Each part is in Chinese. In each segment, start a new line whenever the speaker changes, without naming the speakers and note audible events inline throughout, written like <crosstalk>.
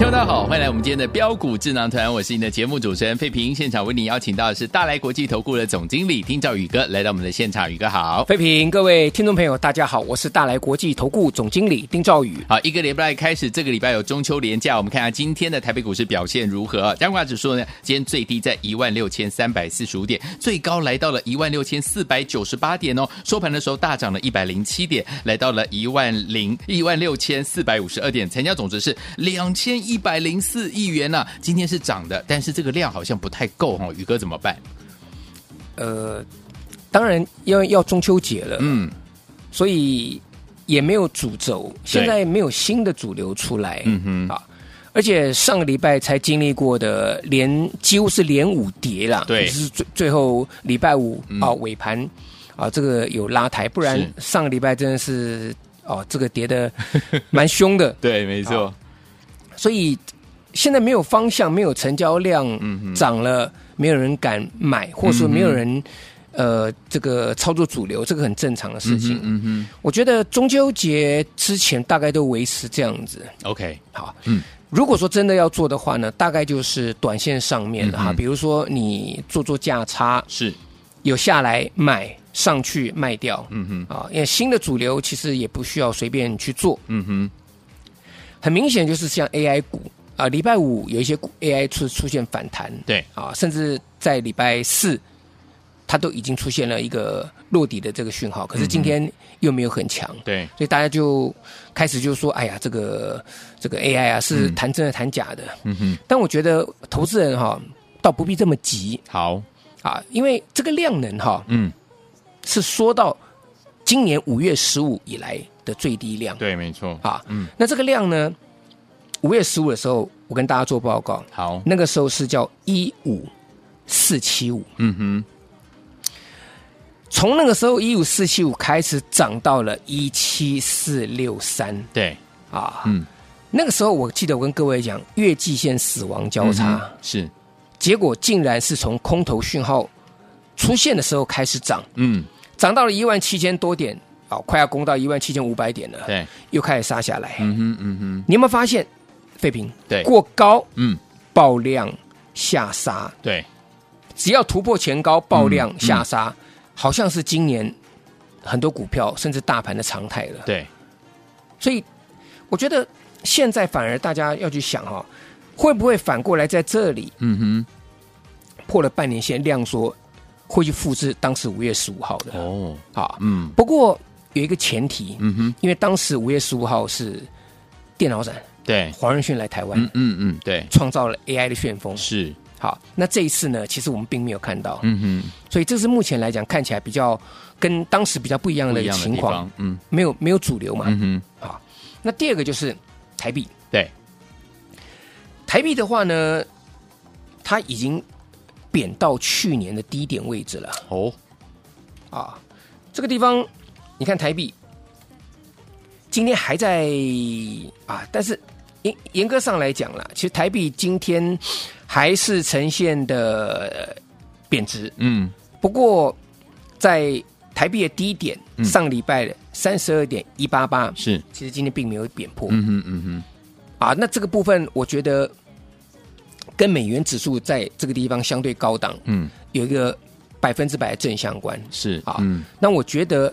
听众大家好，欢迎来我们今天的标股智囊团，我是你的节目主持人费平。现场为您邀请到的是大来国际投顾的总经理丁兆宇哥来到我们的现场，宇哥好。
飞平，各位听众朋友，大家好，我是大来国际投顾总经理丁兆宇。
好，一个礼拜开始，这个礼拜有中秋连假，我们看下今天的台北股市表现如何。加权指数呢，今天最低在一万六千三百四十五点，最高来到了一万六千四百九十八点哦。收盘的时候大涨了一百零七点，来到了一万零一万六千四百五十二点，成交总值是两千一百零四亿元呐、今天是涨的，但是这个量好像不太够哦，宇哥怎么办？
呃，当然要要中秋节了，
嗯，
所以也没有主轴，现在没有新的主流出来，
嗯哼
啊，而且上个礼拜才经历过的连几乎是连五跌啦，
对
就是最最后礼拜五、
嗯
啊尾盘啊这个有拉抬，不然
是
上个礼拜真的是哦这个跌的蛮凶的，
对，没
错，所以现在没有方向，没有成交量，
嗯
涨了没有人敢买，或者说没有
嗯
人、呃这个操作主流，这个很正常的事情。
嗯
我觉得中秋节之前大概都维持这样子。
哼，OK，
好，
嗯，
如果说真的要做的话呢，大概就是短线上面的哈，
嗯哼
比如说你做做价差，
是，
有下来买上去卖掉，
嗯哼，
啊，因为新的主流其实也不需要随便去做，
嗯哼，
很明显就是像 AI 股啊，礼拜五有一些股 AI 出出现反弹，
对，
啊，甚至在礼拜四，它都已经出现了一个落底的这个讯号，可是今天又没有很强，
对，
所以大家就开始就说，哎呀，这个这个 AI 啊是谈真的谈假的，
嗯哼，
但我觉得投资人哈、倒不必这么急
好，
啊，因为这个量能哈、
嗯，
是说到今年五月十五以来的最低量。
对，没错，
啊，
嗯
那这个量呢，五月十五的时候，我跟大家做报告，
好，
那个时候是叫一五四七五，
嗯哼，
从那个时候一五四七五开始涨到了一七四六三
对，
啊，
嗯，
那个时候我记得我跟各位讲月季线死亡交叉，
嗯哼是，
结果竟然是从空头讯号出现的时候开始涨，
嗯，
涨到了一万七千多点，啊，快要攻到一万七千五百点了，
对，
又开始杀下来。
嗯哼，嗯哼，
你有没有发现，废品
对
过高？
嗯，
爆量下杀，
对，
只要突破前高爆
嗯
量下杀，好像是今年很多股票甚至大盘的常态了。
对，
所以我觉得现在反而大家要去想哦，会不会反过来在这里
嗯
破了半年线量缩，会去复制当时五月十五号
哼，
的
哦，
啊？
嗯，
不过有一个前提，
嗯哼，
因为当时五月十五号是电脑展，
对，
黄仁勋来台湾。
嗯嗯嗯，对，
创造了 AI 的旋风。
是，
好，那这一次呢，其实我们并没有看到。
嗯哼，
所以这是目前来讲看起来比较跟当时比较不一样
不
的
一样的
情
地
况，
方，嗯，
没有没有主流嘛。
嗯哼，
好，那第二个就是台币，
对，
台币的话呢，它已经贬到去年的低点位置了
哦，
啊。这个地方，你看台币今天还在啊，但是严严格上来讲啦，其实台币今天还是呈现的呃贬值，
嗯，
不过在台币的低点，上礼拜的三十二点一八八，
嗯是，
其实今天并没有贬破、
嗯哼，嗯
啊。那这个部分，我觉得跟美元指数在这个地方相对高档
哼，嗯，
有一个百分之百的正相关。
是，
好
嗯
那我觉得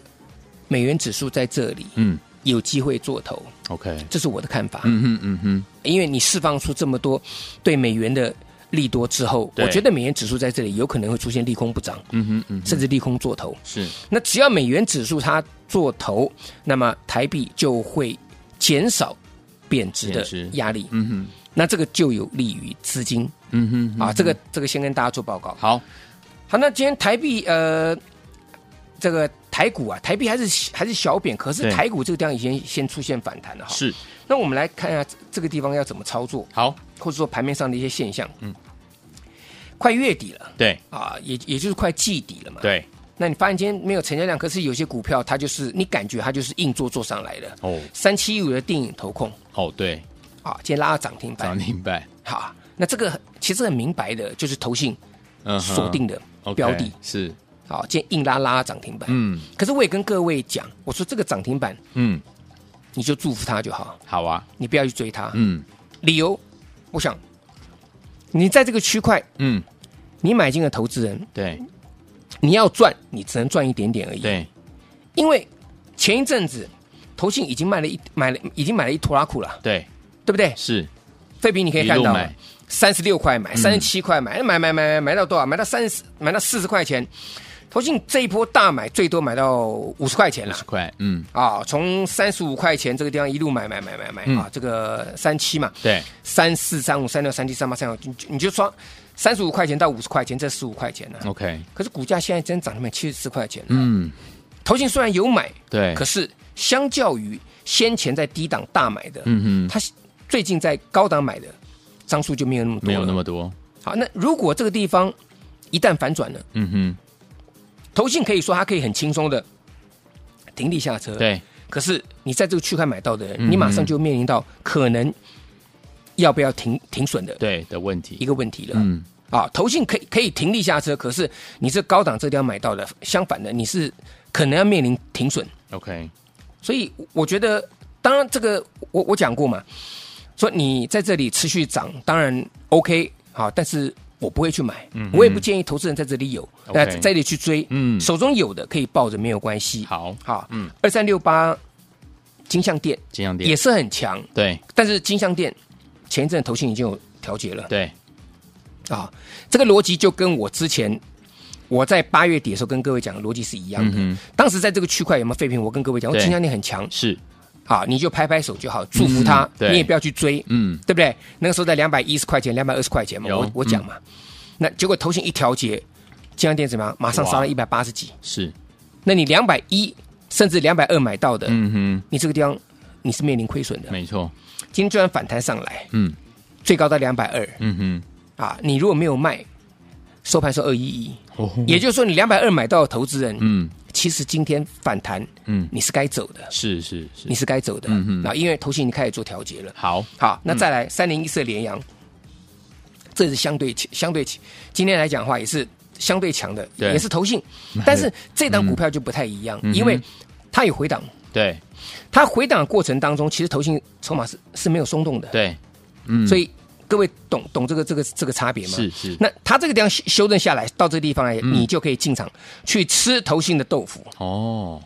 美元指数在这里
嗯
有机会做头，
，OK，
这是我的看法。
嗯哼，嗯哼，
因为你释放出这么多对美元的利多之后，
对
我觉得美元指数在这里有可能会出现利空不涨，
嗯哼，嗯哼，
甚至利空做头。
是，
那只要美元指数它做头，那么台币就会减少贬值的
贬值
压力。
嗯哼，
那这个就有利于资金
嗯哼嗯哼
啊，这个这个先跟大家做报告。
好，
好，那今天台币呃，这个台股啊，台币还是还是小贬，可是
对
台股这个地方已经先出现反弹了哈。，
是
那我们来看一下这这个地方要怎么操作，
好，
或者说盘面上的一些现象。
嗯，
快月底了
对
啊，也也就是快季底了嘛。，
对
那你发现今天没有成交量，可是有些股票它就是你感觉它就是硬做做上来的。
哦
三七五的电影投控
哦对，
啊，今天拉到涨停
涨
板。
停板，
好，那这个其实很明白的，就是投信
嗯哼
锁定的
OK，
标的。
是
好，今天硬拉拉涨停板。
嗯
可是我也跟各位讲，我说这个涨停板
嗯
你就祝福它就好，
好啊，
你不要去追它。
嗯
理由，我想你在这个区块，
嗯
你买进的投资人，
对
你要赚，你只能赚一点点而已。，
对
因为前一阵子投信已经卖了一买了，已经买了一拖拉库了，
对
对不对？
是
废品你可以
一
看
路
到啊
买，嗯
三十六块买，三十七块买，买买买买买到多少？买到三十，买到四十块钱。投信这一波大买，最多买到五十块钱
五
了。
十块，嗯
啊，从三十五块钱这个地方一路买买买买买、
嗯
啊，这个三七嘛，
对
三四三五三六三七三八三九，你就你就说三十五块钱到五十块钱，这十五块钱呢、
OK
可是股价现在真涨到了七十四块钱了。
哦嗯哎
投信虽然有买，
对，
可是相较于先前在低档大买的，
嗯哼
它最近在高档买的张数就没有那么多，
没有那。么多，
好，那如果这个地方一旦反转了，
嗯哼
投信可以说它可以很轻松的停地下车，
对
可是你在这个区块买到的人，
嗯
你马上就面临到可能要不要停停损的
对的问
一
题，
个问题了。
嗯
啊，投信可以可以停利下车，可是你是高档这个地方买到的，相反的你是可能要面临停损。
OK
所以我觉得，当然这个我我讲过嘛，说你在这里持续涨，当然 OK 好，但是我不会去买，
嗯哼
我也不建议投资人在这里有，
OK
那在这里去追，
嗯
手中有的可以抱着没有关系。
好
好，
嗯
嗯，二三六八金像店。
这样点
也是很强，
对
但是金像店前一阵投信已经有调节了
对
啊，这个逻辑就跟我之前我在八月底的时候跟各位讲的逻辑是一样的。
嗯哼
当时在这个区块有没有废品？我跟各位讲，我
对
金像店很强
是
啊，你就拍拍手就好，祝福他，
对
你也不要去追，
嗯
对不对？那个时候在两百一十块钱、两百二十块钱嘛，
有嗯
我我讲嘛，那结果投信一调节，金像店怎么样？马上杀
哇
了一百八十几，
是
那你两百一甚至两百二买到的，
嗯
你这个地方你是面临亏损的
哼。没错
今天就算反弹上来，
嗯
最高到两百二
嗯
啊，你如果没有卖，收盘收二一一，
哼哦
也就是说你两百二买到的投资人，
嗯
其实今天反弹
嗯
你是该走的，
是是是
你是该走的，
嗯嗯
啊，因为投信已经开始做调节了。
好
好，那再来三零一四联阳，这是相对强相对强今天来讲的话也是相对强的，
<laughs> 对
也是投信，但是这档股票就不太一样，
嗯
因为它有回档，
对
它回档的过程当中，其实投信筹码是是没有松动的，
对嗯
所以各位懂懂这个这个这个差别吗？
是嗯是
那它这个地方修修正下来，到这个地方来，你就可以进场去吃投信的豆腐
哦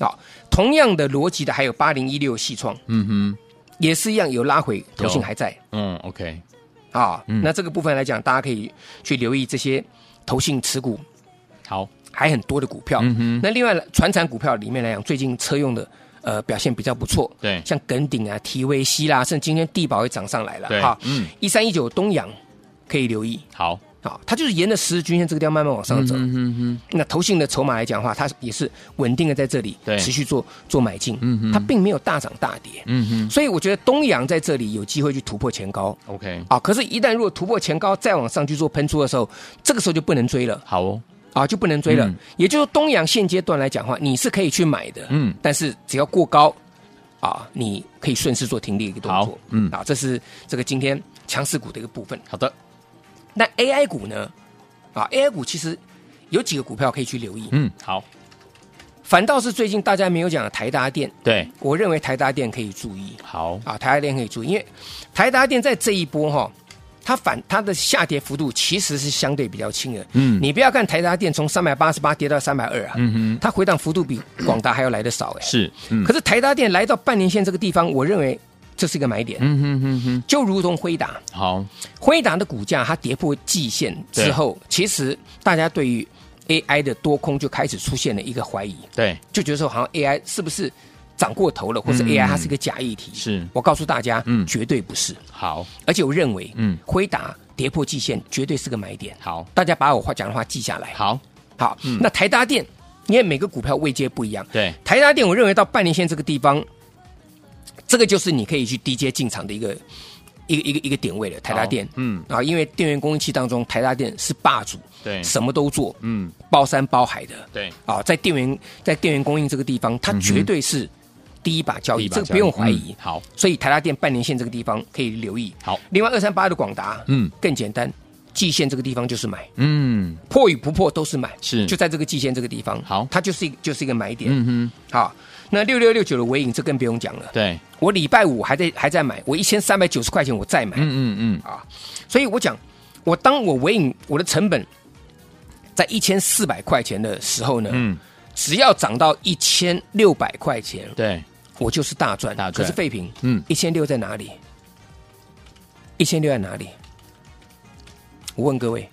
啊、同样的逻辑的还有八零一六细创，
嗯哼
也是一样有拉回，投信
有
还在
嗯 OK
啊、
嗯
那这个部分来讲，大家可以去留意这些投信持股
好
还很多的股票。
嗯哼
那另外，船产股票里面来讲，最近车用的呃表现比较不错，
对
像耿鼎啊、TVC 啦，甚至今天地保也涨上来了
对
哈。
嗯
一三一九东阳可以留意。
好
啊，它就是沿着十日均线这个地方慢慢往上走。
嗯哼哼
那投信的筹码来讲的话，它也是稳定的在这里
对
持续做做买进，
嗯哼
它并没有大涨大跌，
嗯哼
所以我觉得东阳在这里有机会去突破前高
OK
啊。可是，一旦如果突破前高再往上去做喷出的时候，这个时候就不能追了
好哦
啊，就不能追了。
嗯
也就是说东阳现阶段来讲的话，你是可以去买的，
嗯
但是只要过高啊，你可以顺势做停利的一个动
好
作，
嗯
啊，这是这个今天强势股的一个部分。
好的
那 AI 股呢？啊，AI 股其实有几个股票可以去留意，
嗯好
反倒是最近大家没有讲的台达电，
对
我认为台达电可以注意
好
啊，台达电可以注意，因为台达电在这一波哈、它反它的下跌幅度其实是相对比较轻的。
嗯
你不要看台达电从三百八十八跌到三百二啊，
嗯哼
它回档幅度比广达还要来得少哎、
是嗯
可是台达电来到半年线这个地方，我认为这是一个买点，
嗯哼哼哼
就如同辉达，
好
辉达的股价它跌破季线之后，其实大家对于 AI 的多空就开始出现了一个怀疑，
对
就觉得说好像 AI 是不是涨过头了，或是
嗯
AI 它是一个假议题。
是
我告诉大家，
嗯
绝对不是。
好，
而且我认为，
嗯
嗯，辉达跌破季线绝对是个买点。
好，
大家把我话讲的话记下来。
好，
好，
嗯
那台达电，因为每个股票位阶不一样，
对，
台达电我认为到半年线这个地方，这个就是你可以去低阶进场的一个一个一个一个点位了。台达电
好，嗯
啊，因为电源供应器当中，台达电是霸主，
对
什么都做，
嗯，
包山包海的，
对，
啊，在电源在电源供应这个地方，它绝对是第一把交
嗯第
椅，
一把
哦这个
交
不
易
用怀疑
嗯。好，
所以台达电半年线这个地方可以留意。
好
另外二三八的广达，
嗯
更简单，季线这个地方就是买，
嗯，
破与不破都是买，
是
就在这个季线这个地方，
好
它就是一就是一个买点。
嗯
好，那六六六九的尾影这更不用讲了
哼，，对，
我礼拜五还在还在买，我一千三百九十块钱我再买，
嗯嗯嗯，
啊所以我讲，我当我尾影我的成本在一千四百块钱的时候呢，
嗯
只要涨到一千六百块钱，
对，
我就是大赚。
大赚
可是废品，
嗯
一千六在哪里？一千六在哪里？我问各位，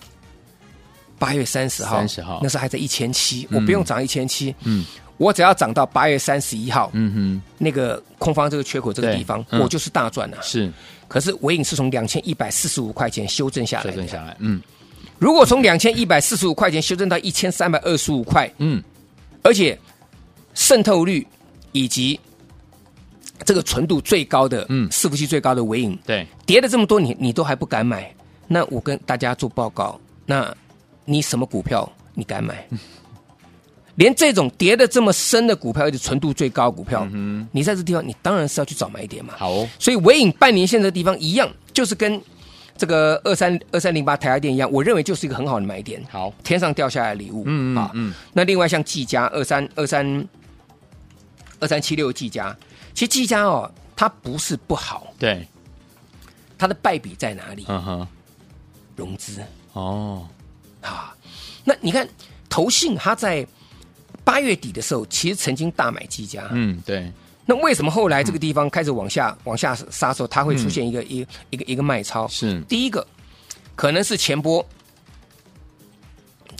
八月三十号，
30号
那时候还在一千七，我不用涨一千七，
嗯，
我只要涨到八月三十一号，
嗯
那个空方这个缺口这个
对
地方，
嗯
我就是大赚了、啊
哼，。是，
可是尾影是从两千一百四十五块钱修正下
修
来
正
的，
下来，嗯
如果从两千一百四十五块钱修正到一千三百二十五块，
嗯，
而且渗透率以及这个纯度最高的，
嗯
嗯，伺服器最高的尾影，
对，
跌了这么多你，你都还不敢买，那我跟大家做报告，那你什么股票你
<laughs>
敢买？连这种跌的这么深的股票，而且纯度最高的股
嗯
票，你在这地方，你当然是要去找买点嘛。
好哦，
所以尾影半年线的地方一样，就是跟这个二三二三零八台积电一样，我认为就是一个很好的买点。
好，
天上掉下来的礼物，
嗯嗯
啊，
嗯
那另外像技嘉二三二三二三七六技嘉，其实技嘉哦，它不是不好，
对，
它的败笔在哪里？
嗯哼，
融资
哦，
啊，那你看投信它在八月底的时候，其实曾经大买技嘉，
嗯，对，
那为什么后来这个地方开始往下、往下杀的时候，它会
嗯
出现一个、一个一个一个卖超？
是，
第一个可能是前波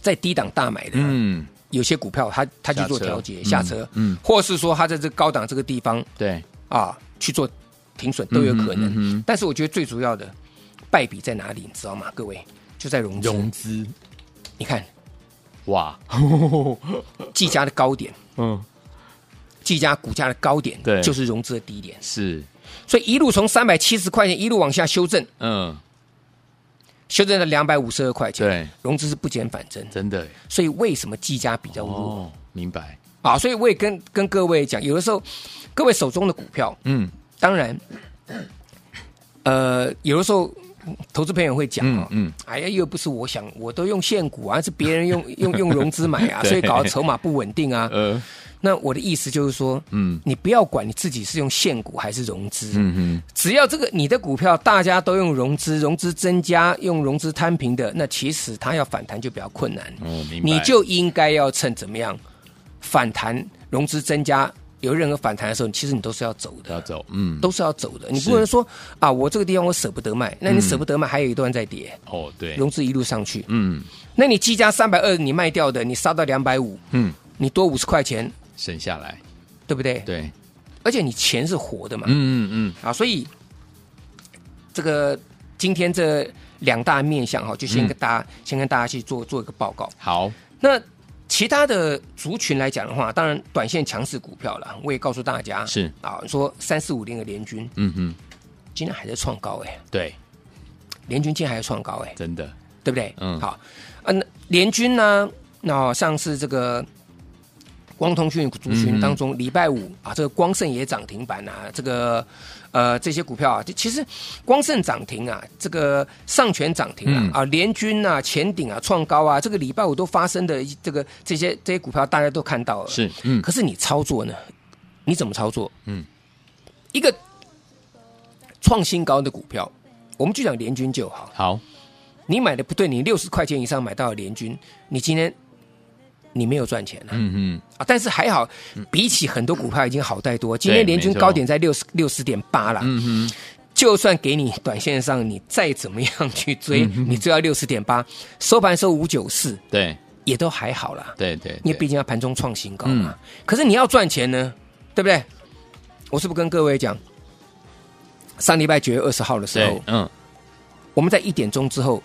在低档大买的，
嗯，
有些股票它它去做
下车
调节
嗯
下车，
嗯
或是说它在这高档这个地方
对，
啊去做停损都有可能。
嗯哼嗯哼
但是我觉得最主要的败笔在哪里，你知道吗？各位就在融资。
资，
你看
哇，
技嘉的高点，
嗯，
技嘉股价的高点，
对
就是融资的低点，
是，
所以一路从三百七十块钱一路往下修正，
嗯，
修正到两百五十二块钱。
对，
融资是不减反增，
真的耶，
所以为什么技嘉比较弱、
哦，明白，
啊？所以我也跟跟各位讲，有的时候各位手中的股票，
嗯
当然，呃，有的时候投资朋友会讲
嗯
哦，
嗯
哎呀，又不是我想，我都用现股啊，是别人用用用融资买
<laughs>
啊，
对
所以搞得筹码不稳定啊。
呃，
那我的意思就是说，
嗯
你不要管你自己是用现股还是融资，
嗯
只要这个你的股票大家都用融资，融资增加，用融资摊平的，那其实它要反弹就比较困难。
哼，哦，明白，
你就应该要趁怎么样反弹，融资增加有任何反弹的时候，其实你都是要走的。
要走，嗯，
都是要走的。你
是
不能说啊，我这个地方我舍不得卖，那你舍不得卖，还有一段在跌，
哦，对，
融资一路上去，
嗯，
那你积加三百二你卖掉的，你杀到两百五，
嗯，
你多五十块钱，
省下来，
对不对？
对，
而且你钱是活的嘛，
嗯嗯
啊，所以这个今天这两大面向哈，就先跟大家、先跟大家去做做一个报告。
嗯，好，
那其他的族群来讲的话，当然短线强势股票了，我也告诉大家
是
啊，说三四五零的联军
嗯哼，
今天还在创高哎、
对，
联军今天还在创高哎、
真的，
对不对？
嗯
好，嗯、联军呢，那、像是这个光通讯族
嗯
群当中，礼拜五啊，这个光盛也涨停板啊，这个呃这些股票啊，就其实光盛涨停啊，这个上权涨停啊，
嗯
啊联军啊、前顶啊、创高啊，这个礼拜五都发生的一这个这些这些股票，大家都看到了。，
是，嗯，
可是你操作呢？你怎么操作？
嗯，
一个创新高的股票，我们就讲联军就好。
好，
你买的不对，你六十块钱以上买到了联军，你今天你没有赚钱了、啊
嗯嗯，
但是还好，比起很多股票已经好太多。今
对
天联军
没错
高点在六十六十点八啦，
嗯哼，
就算给你短线上你再怎么样去
嗯
追，你追到六十点八，收盘收五九四
对
也都还好啦，
对对，嗯
因为
对
毕竟要盘中创新高嘛。可是你要赚钱呢，对不对？我是不是跟各位讲，上礼拜九月二十号的时
对
候，，
嗯，
我们在一点钟之后，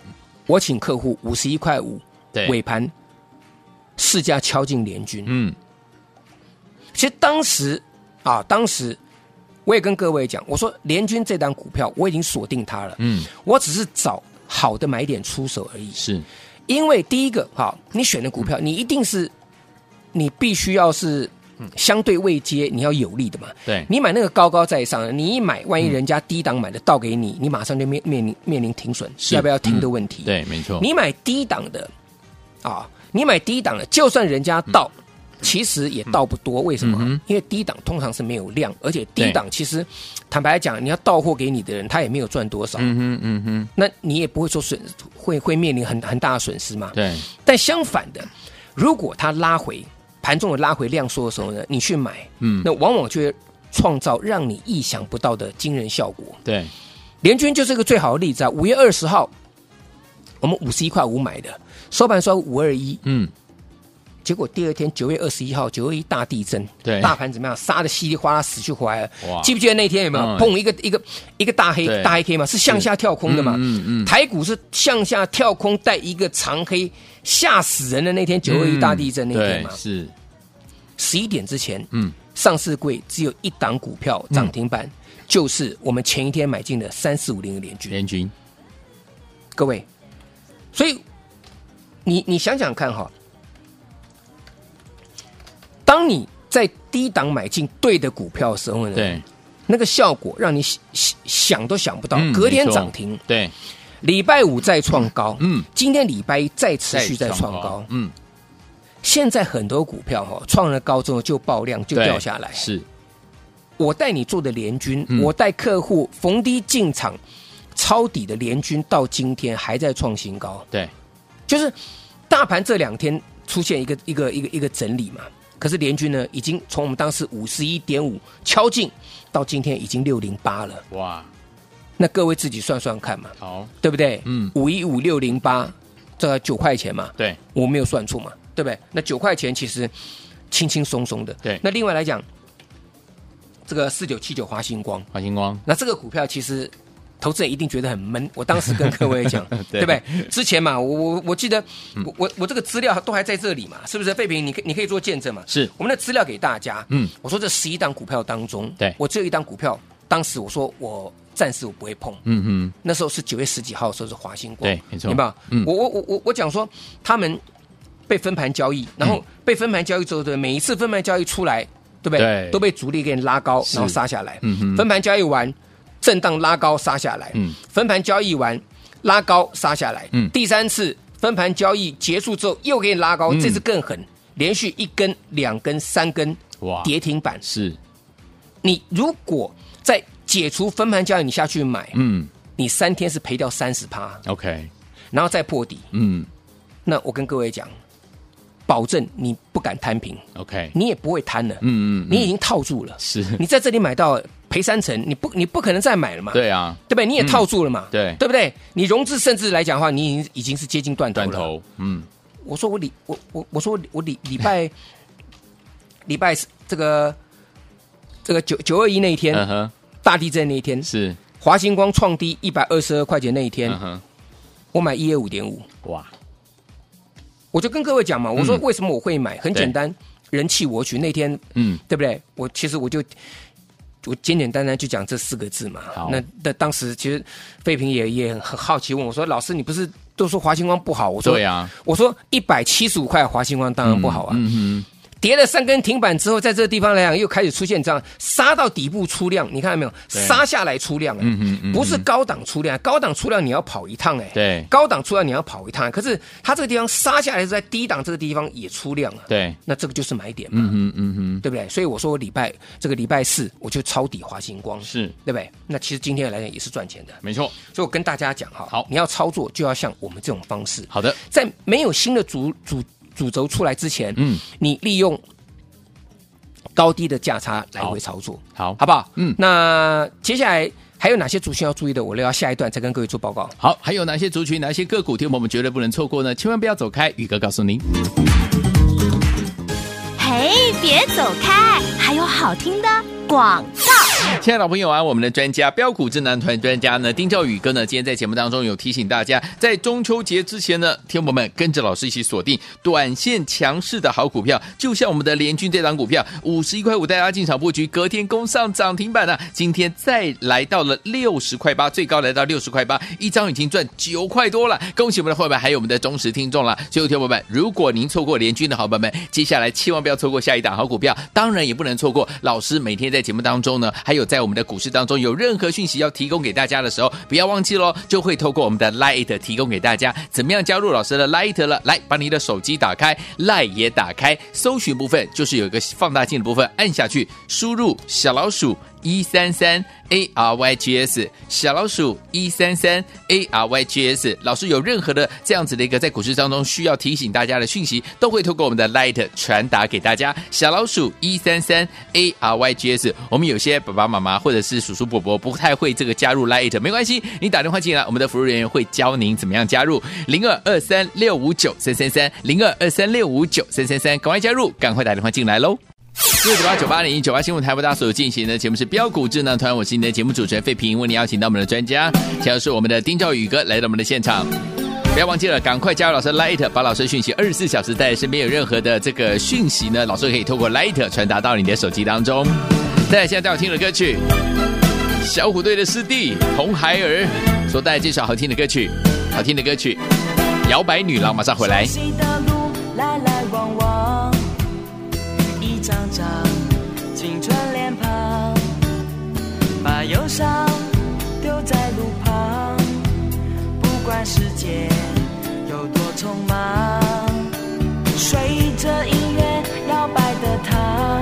我请客户五十一块五
对，
尾盘市价敲进联军。
嗯，
其实当时啊，当时我也跟各位讲，我说联军这档股票我已经锁定它了，
嗯，
我只是找好的买点出手而已。
是，
因为第一个，哈，你选的股票，你一定是你必须要是
嗯
相对位阶你要有利的嘛。
对，
你买那个高高在上的，你一买，
嗯
万一人家低档买的倒给你，你马上就面面临面临停损，
是嗯
要不要停的问题。，
对，没错，
你买低档的啊，你买低档的，就算人家倒，其实也倒不多。为什
嗯
么？
嗯哼
因为低档通常是没有量，而且低
对
档其实坦白讲，你要到货给你的人，他也没有赚多少，
嗯哼，嗯哼，
那你也不会说损，会会面临很很大的损失嘛。
对，
但相反的，如果它拉回盘中有拉回量缩的时候呢，你去买，
嗯
那往往就会创造让你意想不到的惊人效果。
对，
联军就是一个最好的例子啊！五月二十号，我们五十一块五买的，收盘收五二一，
嗯，
结果第二天九月二十一号，九二一大地震，
对
大盘怎么样？杀的稀里哗啦，死去活来了
哇。
记不记得那天有没有
嗯
碰一个一个一个大黑
对
大黑 K 嘛？是向下跳空的嘛？
嗯嗯嗯
台股是向下跳空带一个长黑，吓死人的那天九二一大地震那天
嗯对
嘛，
是，
十一点之前，
嗯，
上市柜只有一档股票涨停板，就是我们前一天买进的三四五零的联军。
联军，
各位，所以你你想想看哈，当你在低档买进对的股票的时候呢，
对，嗯
那个效果让你想想想都想不到，
嗯
隔天
没错
涨停，
对，
礼拜五再创高，
嗯，
今天礼拜一再持续再创高。
嗯，
现在很多股票哈、创了高之后就爆量就
对
掉下来，
是，
我带你做的联军，
嗯
我带客户逢低进场抄底的联军，到今天还在创新高。
对，
就是大盘这两天出现一个一个一个一个整理嘛，可是联军呢，已经从我们当时五十一点五敲进，到今天已经六零八了。
哇，
那各位自己算算看嘛，
好，
对不对？
嗯
五一五六零八，这个九块钱嘛，
对，
我没有算错嘛，对不对？那九块钱其实轻轻松松的。
对
那另外来讲，这个四九七九华星光。
华星光，，
那这个股票其实投资人一定觉得很闷。我当时跟各位讲对
<laughs> 对嗯
不对？之前嘛，我我我记得我我我这个资料都还在这里嘛，是不是？费平，你可你可以做见证嘛？
是
我们的资料给大家。
嗯，
我说这十一档股票当中，
对
我只有一档股票，当时我说我暂时我不会碰。
嗯哼，
那时候是九月十几号的时候是华星光，
对没错
明白吧？
嗯
我我我我我讲说他们被分盘交
嗯
易，然后被分盘交易之后，对，每一次分盘交易出来，对不对？
对
都被主力给你拉高，
是
然后杀下来。
嗯哼
分盘交易完，震荡拉高杀下来。
嗯
分盘交易完，拉高杀下来。
嗯
第三次分盘交易结束之后又给你拉高，
嗯
这次更狠，连续一根、两根、三根
哇，
跌停板。
是，
你如果在解除分盘交易，你下去买，
嗯
你三天是赔掉三十趴，
，OK，
然后再破底。
嗯
那我跟各位讲，保证你不敢摊平，
，OK，
你也不会摊了，
嗯嗯，
你已经套
<laughs>
住了。
是，
你在这里买到赔三成，你不你不可能再买了嘛？
对啊，
对不对？你也套住了嘛？
对
对不对？你融资甚至来讲的话，你已经已经是接近断头
断
了。
头，嗯，
我说我礼我我我说我礼我礼礼
<laughs>
拜礼拜四这个这个九九二一那一天、
嗯哼，
大地震那一天，
是，
华星光创低一百二十二块钱那一天，
嗯哼，
我买一二五点五，
哇，
我就跟各位讲嘛，我说为什么我会买，很
嗯对
简单，人气我取。那天
嗯，
对不对？我其实我就我简简单单就讲这四个字嘛
好。
那那当时其实费平也也很好奇问我说：“老师，你不是都说华星光不好？”我说：“
对啊，
我说一百七十五块华星光当然不好啊，
嗯哼，
跌了三根停板之后，在这个地方来讲又开始出现这样杀到底部出量，你看到没有？
对
杀下来出量、啊
嗯哼嗯哼
不是高档出量，高档出量你要跑一趟哎、
对
高档出量你要跑一趟，啊可是它这个地方杀下来是在低档这个地方也出量啊，
对，
那这个就是买点嘛。
嗯哼嗯哼，
对不对？所以我说我礼拜这个礼拜四我就抄底华星光，
是，
对不对？那其实今天来讲也是赚钱的，
没错，
所以我跟大家讲哈，
好
你要操作就要像我们这种方式，
好的，
在没有新的主主主轴出来之前，
嗯，
你利用高低的价差来
好
回操作，
好，
好不好？
嗯
那接下来还有哪些族群要注意的？我留到下一段再跟各位做报告。
好，还有哪些族群、哪些个股，听我们绝对不能错过呢？千万不要走开，宇哥告诉您。
嘿，别走开，还有好听的广
亲爱的老朋友啊，我们的专家标股智囊团专家呢，丁兆宇哥呢，今天在节目当中有提醒大家，在中秋节之前呢，天友们跟着老师一起锁定短线强势的好股票，就像我们的联军这档股票，五十一块五带大家进场布局，隔天攻上涨停板呢、今天再来到了六十块八，最高来到六十块八，一张已经赚九块多了，恭喜我们的伙伴，还有我们的忠实听众了。所以，天友们，如果您错过联军的好朋友们，接下来千万不要错过下一档好股票，当然也不能错过老师每天在节目当中呢，还有在我们的股市当中有任何讯息要提供给大家的时候，不要忘记喽，就会透过我们的 Light 提供给大家怎么样加入老师的 Light 了。来，把你的手机打开，Light 也打开，搜寻部分就是有一个放大镜的部分，按下去，输入小老鼠一三三 a r y g s 小老鼠一三三 a r y g s。老师有任何的这样子的一个在股市当中需要提醒大家的讯息，都会透过我们的 Light 传达给大家。小老鼠一三三 a r y g s。我们有些爸爸妈妈或者是叔叔伯伯不太会这个加入 Light，没关系，你打电话进来，我们的服务人员会教您怎么样加入零二二三六五九三三三零二二三六五九三三三，赶快加入，赶快打电话进来喽。六九八九八零九八新闻台为大家所进行的节目是标股智囊团，我是你的节目主持人费平，为你邀请到我们的专家，还有是我们的丁兆宇哥来到我们的现场。不要忘记了，赶快加入老师 Light，把老师的讯息二十四小时带在身边。有任何的这个讯息呢，老师可以透过 Light 传达到你的手机当中。再来，现在带我听的歌曲，小虎队的师弟红孩儿所带来这首好听的歌曲，好听的歌曲《摇摆女郎》，马上回来。
熟悉的路来来往往，一张张青春脸庞，把忧伤丢在路旁。不管世界有多匆忙，随着音乐摇摆的她，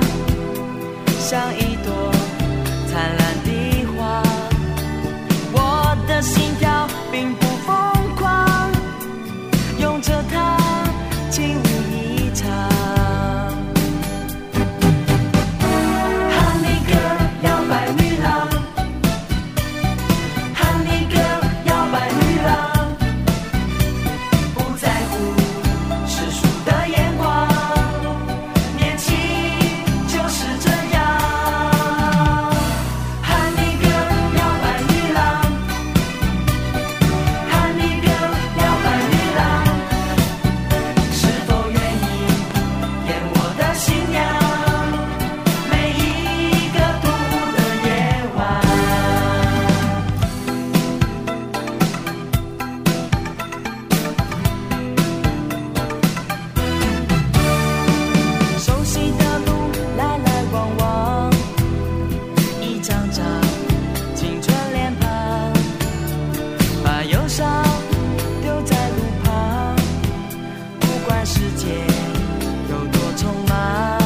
像一朵灿烂的花。我的心跳并不疯狂。拥着它，轻舞一场。Honey girl，摇摆女郎。Honey girl，摇摆女郎。不在乎世俗的眼光，年轻就是这样。Honey girl，摇摆女郎。Honey girl，摇摆女郎，是否愿意演我的新娘？每一个独舞的夜晚。熟悉的路来来往往，一张张青春脸庞，把忧伤丢在路旁。不管世界有多匆忙，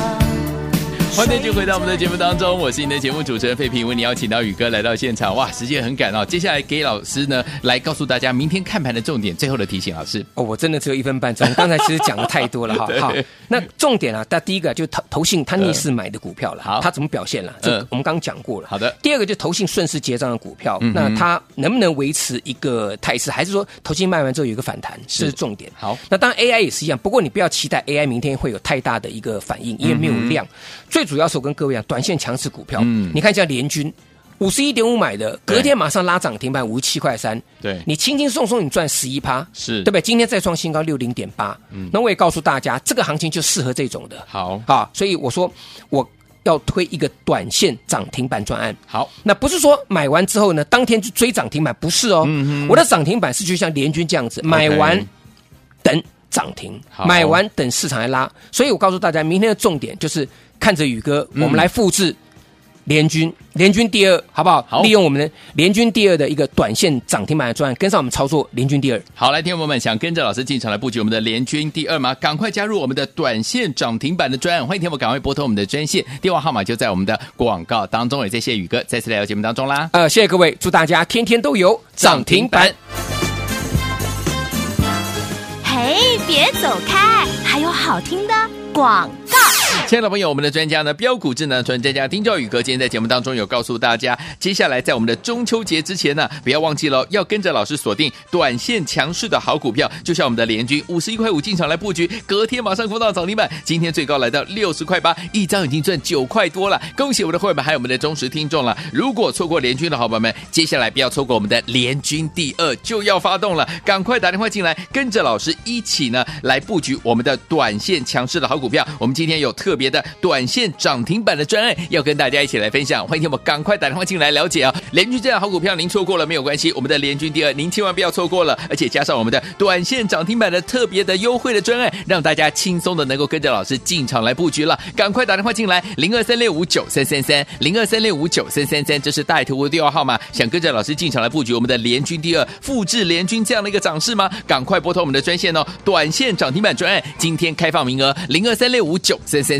欢迎继续回到我们的节目当中，我是你的节目主持人费平，为你邀请到宇哥来到现场。哇，时间很赶哦，接下来给老师呢来告诉大家明天看盘的重点。最后的提醒，老师，
哦，我真的只有一分
<laughs>
半钟，刚才其实讲的太多了哈。好，那重点啊，那第一个就投投信它逆势买的股票了，
嗯好
它怎么表现了？
嗯
这个我们刚刚讲过了。
好的
第二个就投信顺势结账的股票，
嗯哼
那它能不能维持一个态势，还是说投信卖完之后有一个反弹，这是重点。
好
那当然 AI 也是一样，不过你不要期待 AI 明天会有太大的一个反应，因为没有量。最主要是我跟各位讲，短线强势股票，
嗯
你看像联军。五十一点五买的，
对
隔天马上拉涨停板五十七块三，
对
你轻轻松松你赚十一趴，
是嗯
对不对？今天再创新高六零点八，那我也告诉大家，这个行情就适合这种的，
好
好，所以我说我要推一个短线涨停板专案。
好，
那不是说买完之后呢，当天就追涨停板，不是哦。
嗯
我的涨停板是就像联军这样子，买完等涨停
好，
买完等市场来拉。所以我告诉大家，明天的重点就是看着宇哥，
嗯
我们来复制联军，联军第二，好不好？
好
利用我们的联军第二的一个短线涨停板的专案，跟上我们操作联军第二。
好，来，听众朋友们，想跟着老师进场来布局我们的联军第二吗？赶快加入我们的短线涨停板的专案，欢迎听众们赶快拨通我们的专线，电话号码就在我们的广告当中，也谢谢宇哥再次来到节目当中啦。
呃，谢谢各位，祝大家天天都有涨停板。
嘿，别走开，还有好听的广告。
亲爱的朋友，我们的专家呢，标股智能团专家丁兆宇哥，今天在节目当中有告诉大家，接下来在我们的中秋节之前呢，不要忘记了，要跟着老师锁定短线强势的好股票，就像我们的联军五十一块五进场来布局，隔天马上攻到涨停板，今天最高来到六十块八，一张已经赚九块多了，恭喜我们的会员们，还有我们的忠实听众了。如果错过联军的好朋友们，接下来不要错过我们的联军第二就要发动了，赶快打电话进来，跟着老师一起呢来布局我们的短线强势的好股票。我们今天有特别的短线涨停板的专案要跟大家一起来分享，欢迎听我们赶快打电话进来了解啊。联军这样好股票您错过了没有关系，我们的联军第二您千万不要错过了，而且加上我们的短线涨停板的特别的优惠的专案，让大家轻松的能够跟着老师进场来布局了，赶快打电话进来零二三六五九三三三零二三六五九三三三，这是大图的电话号码，想跟着老师进场来布局我们的联军第二，复制联军这样的一个涨势吗？赶快拨通我们的专线哦，短线涨停板专案今天开放名额零二三六五九三三